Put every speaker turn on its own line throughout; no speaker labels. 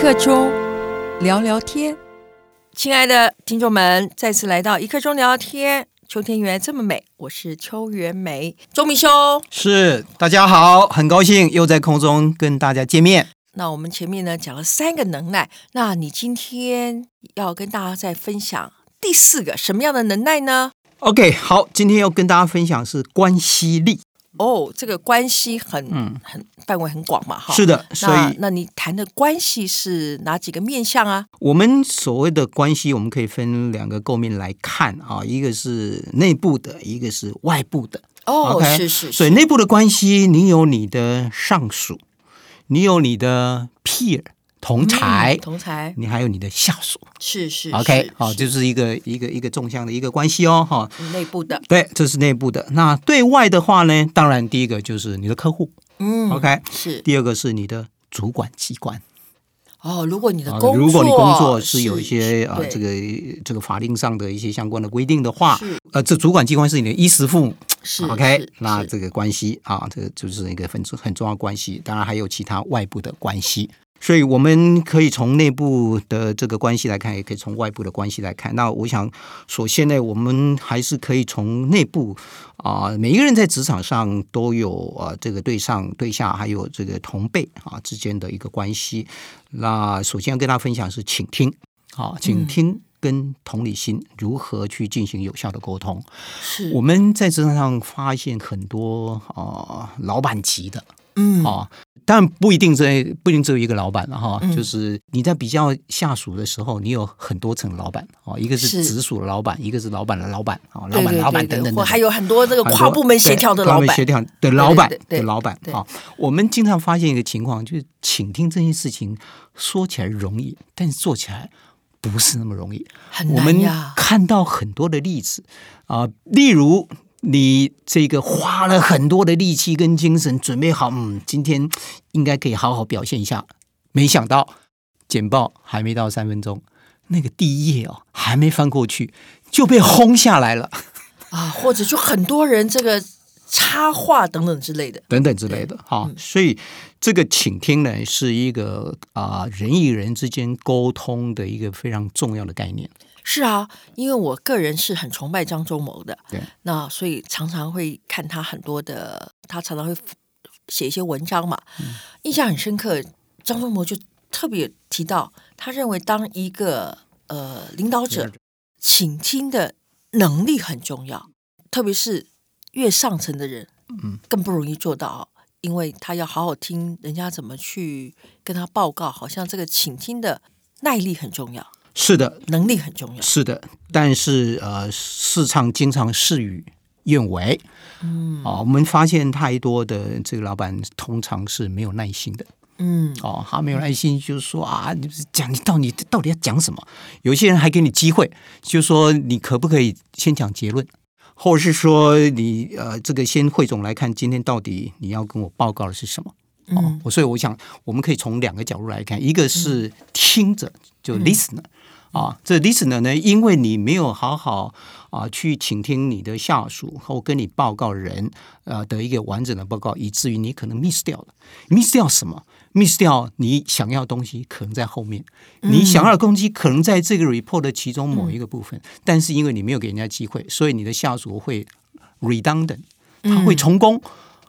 刻钟聊聊天。
亲爱的听众们，再次来到一刻钟聊聊天。秋天原来这么美，我是邱元梅，周明修。
是，大家好，很高兴又在空中跟大家见面。
那我们前面呢讲了三个能耐，那你今天要跟大家再分享第四个什么样的能耐呢？
OK，好，今天要跟大家分享是关系力。
哦，这个关系很、
嗯
很范围很广嘛，哈。
是的，所
那
以
那你谈的关系是哪几个面向啊？
我们所谓的关系，我们可以分两个构面来看啊，一个是内部的，一个是外部的。
哦
OK，
是是
所以
是，
内部的关系，你有你的上属，你有你的 peer 同才，
嗯同才
你还有你的下属。
是是
OK，
是
好，
是
就是一个一个一个纵向的一个关系哦，哈、
内部的，
对，这是内部的。那对外的话呢，当然第一个就是你的客户、
嗯
o k
是
第二个是你的主管机关。
哦。如果你的
啊
工作，
如果你工作是有一些啊、
对
这个这个法令上的一些相关的规定的话
是，
呃，这主管机关是你的衣食父母。
是
OK，
是
那
是
这个关系啊，这个就是一个很很重要的关系。当然还有其他外部的关系，所以我们可以从内部的这个关系来看，也可以从外部的关系来看。那我想，首先呢，我们还是可以从内部啊、每一个人在职场上都有啊、这个对上、对下，还有这个同辈啊之间的一个关系。那首先要跟大家分享是倾听，好、
嗯
倾听跟同理心如何去进行有效的沟通。
是
我们在职场上发现很多啊、呃老板级的
嗯
啊，但不一定这不一定只有一个老板了哈、
嗯
就是你在比较下属的时候，你有很多层老板啊，一个是
是
直属的老板，一个是老板的老板啊，老
对
板
对
老板
对对
等等
或
等，
还有很多这个跨部门协调的
对
老
跨部门
板
协，调的老板
对对对
的老板
对
啊，我们经常发现一个情况，就是倾听这件事情说起来容易，但是做起来不是那么容易。
很
我
难
们
呀。
看到很多的例子啊、例如你这个花了很多的力气跟精神准备好，嗯，今天应该可以好好表现一下，没想到简报还没到三分钟，那个第一页哦还没翻过去就被轰下来了。
啊，或者就很多人这个插画等等之类的，
等等之类的嗯哈、啊所以这个倾听呢，是一个啊、人与人之间沟通的一个非常重要的概念。
是啊，因为我个人是很崇拜张忠谋的，
对，
那所以常常会看他很多的，他常常会写一些文章嘛，印象很深刻。张忠谋就特别提到，他认为当一个呃领导者，倾听的能力很重要，特别是越上层的人，
嗯，
更不容易做到，因为他要好好听人家怎么去跟他报告，好像这个倾听的耐力很重要，
是的，
能力很重要。
是的，但是呃，市场经常事与愿违。嗯，啊、我们发现太多的这个老板通常是没有耐心的。
嗯，
哦，他没有耐心，就是说啊，你讲你到底到底要讲什么？有些人还给你机会，就说你可不可以先讲结论，或者是说你呃，这个先汇总来看，今天到底你要跟我报告的是什么？
嗯
哦，所以我想我们可以从两个角度来看，一个是听者，就 listener。啊，这 listener 呢，因为你没有好好啊去倾听你的下属或跟你报告人呃的一个完整的报告，以至于你可能 miss 掉了，miss 掉什么？miss 掉你想要的东西可能在后面，你想要的东西可能在这个 report 的其中某一个部分，但是因为你没有给人家机会，所以你的下属会 redundant，他会重工。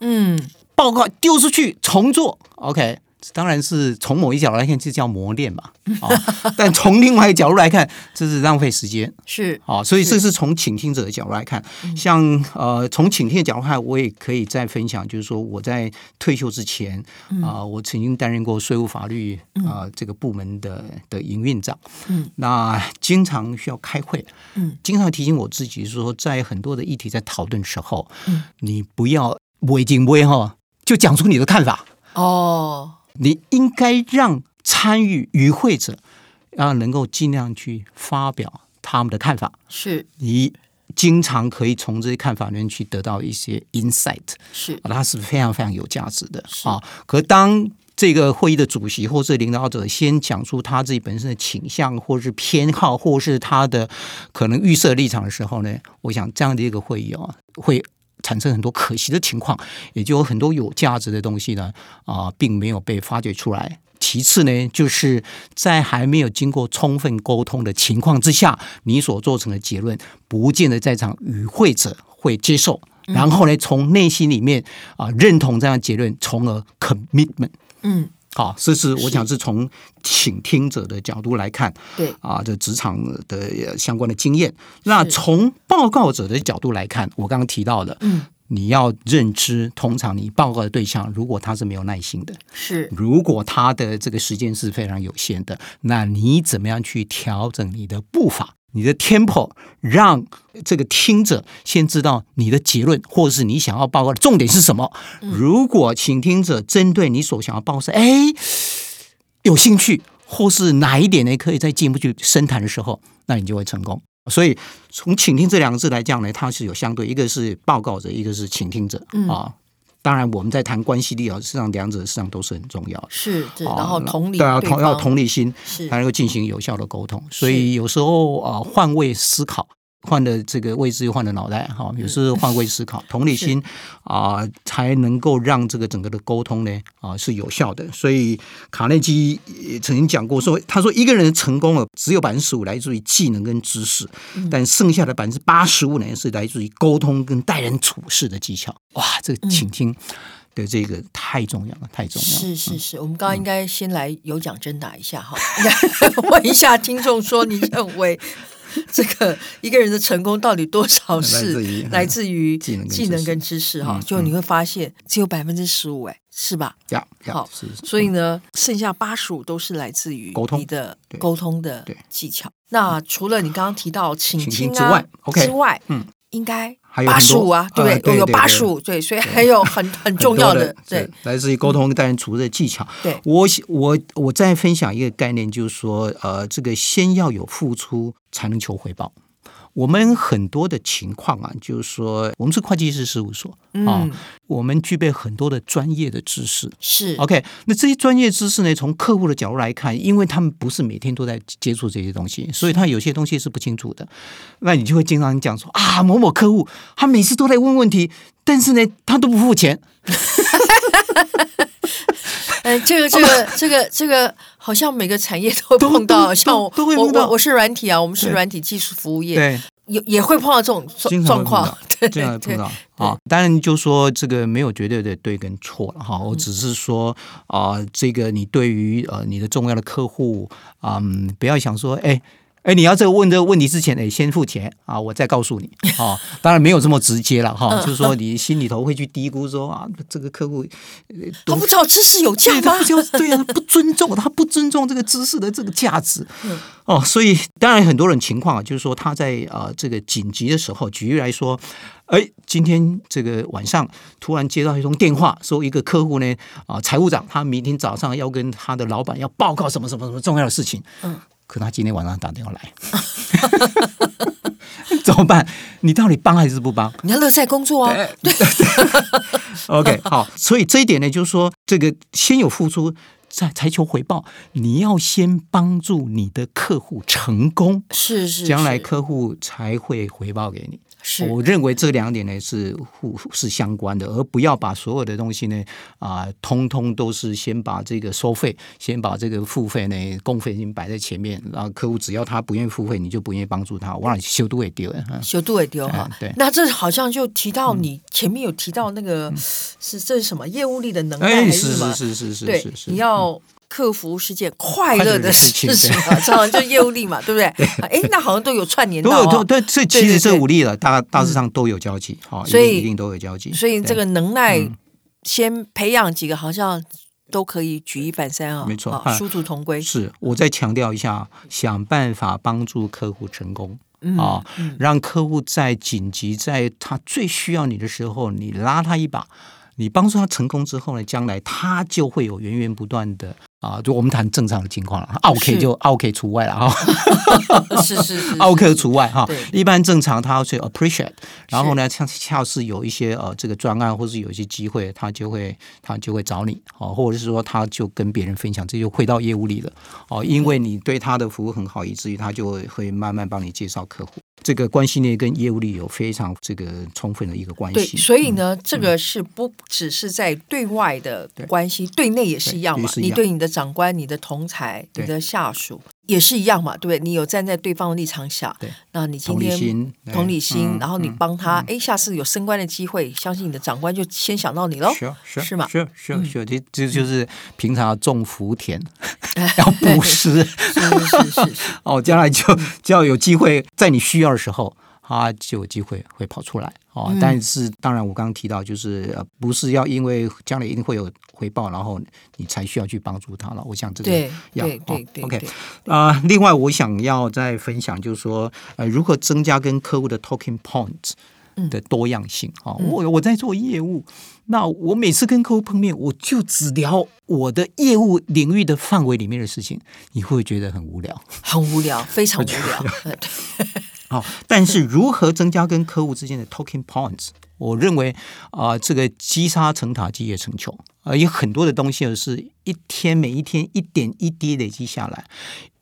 嗯，
报告丢出去重做，OK。当然是从某一角度来看，这叫磨练 嘛，啊、但从另外一个角度来看，这是浪费时间
是
啊、所以这是从倾听者的角度来看，像呃，从倾听的角度看，我也可以再分享，就是说我在退休之前啊、我曾经担任过税务法律啊、这个部门的的营运长，
嗯，
那经常需要开会，
嗯，
经常提醒我自己说，在很多的议题在讨论时候，嗯，你不要畏敬畏哈，就讲出你的看法，
哦，
你应该让参与与会者啊能够尽量去发表他们的看法，
是
你经常可以从这些看法里面去得到一些 insight，
是
啊它是非常非常有价值的啊。可当这个会议的主席或是领导者先讲出他自己本身的倾向，或是偏好，或是他的可能预设立场的时候呢，我想这样的一个会议啊，会产生很多可惜的情况，也就有很多有价值的东西呢啊、并没有被发掘出来。其次呢，就是在还没有经过充分沟通的情况之下，你所做成的结论，不见得在场与会者会接受。然后呢，从内心里面啊、认同这样的结论，从而 commitment。
嗯，
好，这是我想是从倾听者的角度来看，
对，
啊，这职场的呃相关的经验。那从报告者的角度来看，我刚刚提到的，
嗯，
你要认知，通常你报告的对象，如果他是没有耐心的，
是
如果他的这个时间是非常有限的，那你怎么样去调整你的步伐？你的 tempo 让这个听者先知道你的结论，或者是你想要报告的重点是什么。如果倾听者针对你所想要报告是，哎，有兴趣，或是哪一点呢，可以再进一步去深谈的时候，那你就会成功。所以从倾听这两个字来讲呢，它是有相对，一个是报告者，一个是倾听者啊、当然，我们在谈关系力啊，实际上两者实际上都是很重要的。
是是，
啊
然后
那
同理
对啊，同
方
要同理心，
是
才能够进行有效的沟通。所以有时候啊、呃换位思考，换的这个位置又换了脑袋，哈、有时候换位思考，同理心啊、才能够让这个整个的沟通呢啊、是有效的。所以卡内基也曾经讲过说，他说一个人的成功了，只有百分之十五来自于技能跟知识，
嗯
但剩下的百分之八十五呢是来自于沟通跟待人处事的技巧。哇，这
嗯
个倾听的这个太重要了，太重要了。
是是是，我们刚
嗯
刚应该先来有奖征答一下哈，问一下听众说，你认为这个一个人的成功到底多少
来自
哦
于嗯
是来自于
技能跟
技
知
能
识嗯
跟知识哈？就你会发现只有百分之十五，哎，是吧？
呀呀
好
是嗯是
所以呢，剩下八十五都是来自于
沟通
你的
对
沟通的
对
技巧。那除了你刚刚提到倾
倾
听
听之
啊
外，OK，
之外，
嗯，
应该
还有
八
很
十五
多
啊，对不
呃
对？都
对
有
对
八
对
十五，对，所以还有很 很重要的，对嗯
是，来自于沟通待人处事的技巧。
对
我喜我我再分享一个概念，就是说，呃，这个先要有付出，才能求回报。我们很多的情况啊，就是说，我们是会计师事务所啊、
嗯，
我们具备很多的专业的知识。
是
OK，那这些专业知识呢，从客户的角度来看，因为他们不是每天都在接触这些东西，所以他有些东西是不清楚的。那你就会经常讲说啊，某某客户他每次都在问问题，但是呢，他都不付钱。
哎，这 个这个这个这个，好像每个产业都会
都
碰到，
都
像我
都会
我
碰到
我我是软体啊，我们是
对
软体技术服务业，
对，
也也会碰到这种状
经常
状
会碰
况
到，
对
这样会碰
对
到啊。当然，就说这个没有绝对的对跟错了哈，
嗯
我只是说啊、这个你对于呃你的重要的客户啊、嗯不要想说哎。哎，你要这个问这个问题之前，哎，先付钱啊，我再告诉你 啊。当然没有这么直接了
嗯
哈，就是说你心里头会去嘀咕说啊，这个客户
他不知道知识有价
对
吗
他？不就对啊，他不尊重，他不尊重这个知识的这个价值。哦，所以当然很多人情况啊，就是说他在呃这个紧急的时候，举例来说，哎，今天这个晚上突然接到一通电话，说一个客户呢啊、财务长他明天早上要跟他的老板要报告什么什么什么重要的事情，嗯，可他今天晚上打电话来， 怎么办？你到底帮还是不帮？
你要乐在工作啊，
对 ，OK，好，所以这一点呢，就是说，这个先有付出，再才求回报。你要先帮助你的客户成功，
是是，
将来
是
客户才会回报给你。
是
我认为这两点呢是互是相关的，而不要把所有的东西呢啊、通通都是先把这个收费，先把这个付费呢公费先摆在前面，然后客户只要他不愿意付费，你就不愿意帮助他，我让你修都会丢了。嗯
修度也丢哦哈
哎对。嗯
那这好像就提到你前面有提到那个是这是什么业务力的能耐
哎，
还
是
什么
是？是是是
对
是，是，
你要克服是件快
快
乐
乐
的
的
事
事
情
情
啊，这好像就业务 力嘛，对不对？哎，那好像都有串联到
都有
哦
都。对，这
对
其
对
实这
对嗯
五力了，大大致上都有交集，好，一
所
定
以
一定都有交集。
所以这
对嗯
个能耐，先培养几个，好像都可以举一反三啊，
没错
啊
哎
殊途同归。
是我再强调一下，啊想办法帮助客户成功。
嗯
啊、让客户在紧急，在他最需要你的时候，你拉他一把，你帮助他成功之后呢，将来他就会有源源不断的啊，就我们谈正常的情况了，OK 啊就 OK 除外了啊哈。
是是是，
奥克除外哈
嗯对，
一般正常他要去 appreciate，然后呢，像像是有一些呃这个专案或是有一些机会，他就会他就会找你哦，或者是说他就跟别人分享，这就回到
嗯
业务里了哦，因为你对他的服务很好，以至于他就会慢慢帮你介绍客户。这个关系链跟业务力有非常这个充分的一个关
对，
系。嗯
所以呢，这个是不只是在对外的关系，对内也是一样嘛
对。也是一
你
样
对你的长官、你的同才、
对
你的下属也是一样嘛，对不对？你有站在对方的立场想
对，
那你今
同理
天
心对
同理心
嗯，
然后你帮他，哎，下次有升官的机会，相信你的长官就先想到你喽，
是啊是啊
哦是吗？嗯
是啊是啊是啊，这这就是平常要种 福田，要布
是
施
是是是，
哦，将来就
嗯
就要有机会，在你需要的时候，它就有机会会跑出来哦。
嗯
但是当然，我刚刚提到就是、呃不是要因为将来一定会有回报，然后你才需要去帮助他了。我想这个
对
要
对对
哦
对
OK
对
啊、呃另外我想要再分享就是说，呃，如何增加跟客户的 talking point。的多样性啊、
嗯
哦我我在做业务，那我每次跟客户碰面，我就只聊我的业务领域的范围里面的事情，你会不会觉得很无聊？
很无聊，非常无聊。呃 对
好、但是如何增加跟客户之间的 talking points？我认为啊、这个积沙成塔，积月成丘，呃，有很多的东西是一天每一天一点一滴累积下来。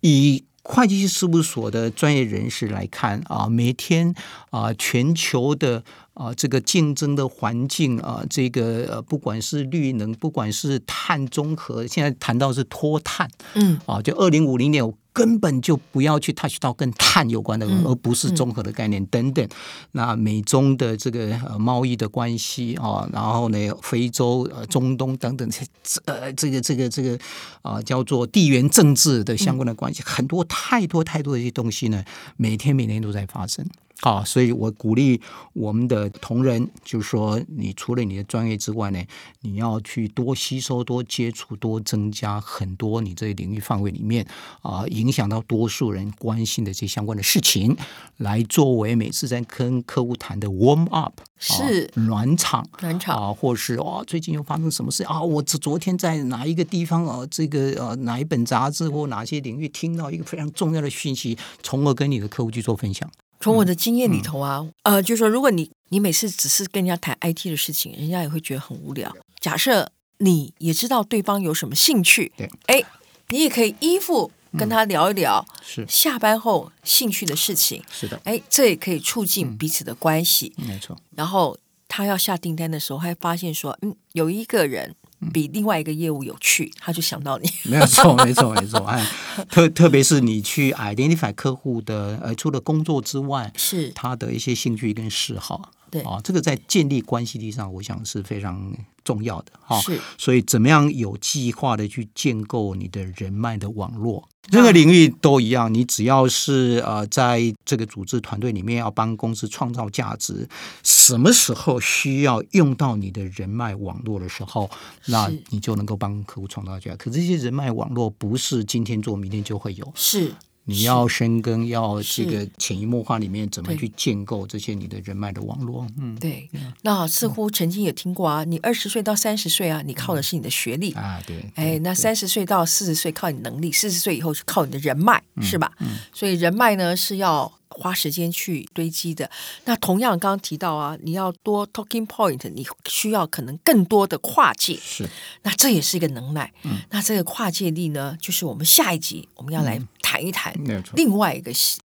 以会计师事务所的专业人士来看啊、每天啊、全球的啊、这个竞争的环境啊、这个呃，不管是绿能，不管是碳中和，现在谈到是脱碳，
嗯，
啊，就二零五零年，我根本就不要去 touch 到跟碳有关的，而不是综合的概念等等。那美中的这个呃贸易的关系啊，然后呢，非洲、呃中东等等这这呃这个这个这个啊、叫做地缘政治的相关的关系，很多太多太多的一些东西呢，每天每天都在发生。啊，所以我鼓励我们的同仁，就是说，你除了你的专业之外呢，你要去多吸收、多接触、多增加很多你这领域范围里面啊、影响到多数人关心的这相关的事情，来作为每次在跟客户谈的 warm up，啊
是
暖场。
暖场，
啊，或是哦，最近又发生什么事啊？我昨昨天在哪一个地方哦、这个呃哪一本杂志或哪些领域听到一个非常重要的讯息，从而跟你的客户去做分享。
从
嗯
我的经验里头啊，呃，就是说，如果你你每次只是跟人家谈 IT 的事情，人家也会觉得很无聊。假设你也知道对方有什么兴趣，
对，
哎，你也可以依附跟他聊一聊
是
下班后兴趣的事情，
是的，
哎，这也可以促进彼此的关系。
没错。
然后他要下订单的时候，还发现说，嗯，有一个人比另外一个业务有趣，他就想到你。
没有错，没错，没错。哎，特特别是你去 identify 客户的，呃，除了工作之外，
是
他的一些兴趣跟嗜好，
对
啊，这个在建立关系力上，我想是非常重要的哈。
是，
所以怎么样有计划的去建构你的人脉的网络？
啊
任何领域都一样，你只要是呃，在这个组织团队里面要帮公司创造价值，什么时候需要用到你的人脉网络的时候，那
是
你就能够帮客户创造价值。可这些人脉网络不是今天做明天就会有，
是
你要深耕，要这
是
个潜移默化里面怎么
对
去建构这些你的人脉的网络。嗯，
对，那似乎曾经也听过啊，你二十岁到三十岁啊，你靠的是你的学历。
啊，对，
哎，那三十岁到四十岁靠你能力，四十岁以后是靠你的人脉，是吧？所以人脉呢是要花时间去堆积的。那同样刚刚提到啊，你要多 talking point，你需要可能更多的跨界，
是
那这也是一个能耐。那这个跨界力呢，就是我们下一集我们要来谈一谈
没有错
另外一个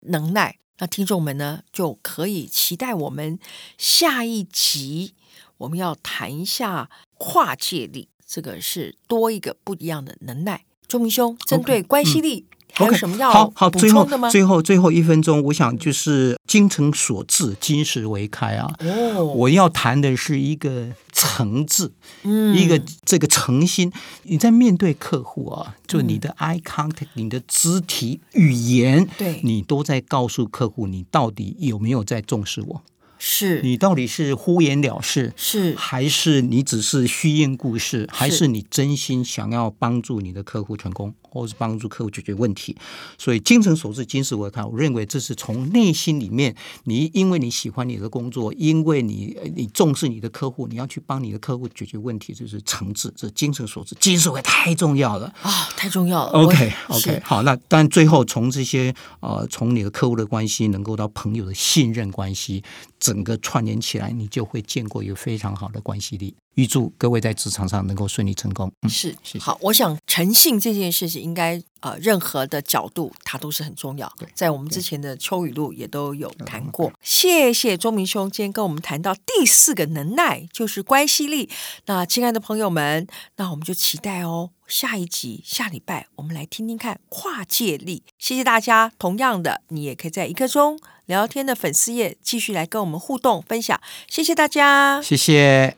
能耐。那听众们呢，就可以期待我们下一集我们要谈一下跨界力，这个是多一个不一样的能耐。钟明兄，针对关系力还有
嗯 OK，
什么要
好好
补
最后
充的吗？
最后最后一分钟，我想就是精诚所至，金石为开啊。
哦，
我要谈的是一个诚字，
嗯
一个这个诚心。你在面对客户啊，就你的 eye contact，、你的肢体语言，
嗯对
你都在告诉客户你到底有没有在重视我，
是
你到底是敷衍了事，
是
还是你只是虚应故事，还是你真心想要帮助你的客户成功，或是帮助客户解决问题？所以精诚所至，金石为开。我认为这是从内心里面，你因为你喜欢你的工作，因为你呃你重视你的客户，你要去帮你的客户解决问题，这是诚挚，这是精诚所至，金石为太重要了。
啊、太重要了。我
OK
是
OK，好，那但最后从这些呃，从你的客户的关系，能够到朋友的信任关系，整个串联起来，你就会建构一个非常好的关系力。预祝各位在职场上能够顺利成功。嗯，
是
谢谢
好，我想诚信这件事情，应该呃任何的角度它都是很重要
对。
在我们之前的秋雨露也都有谈过。谢谢钟明兄今天跟我们谈到第四个能耐，就是关系力。那亲爱的朋友们，那我们就期待哦，下一集下礼拜我们来听听看跨界力。谢谢大家，同样的，你也可以在一刻钟聊天的粉丝页继续来跟我们互动分享。谢谢大家，
谢谢。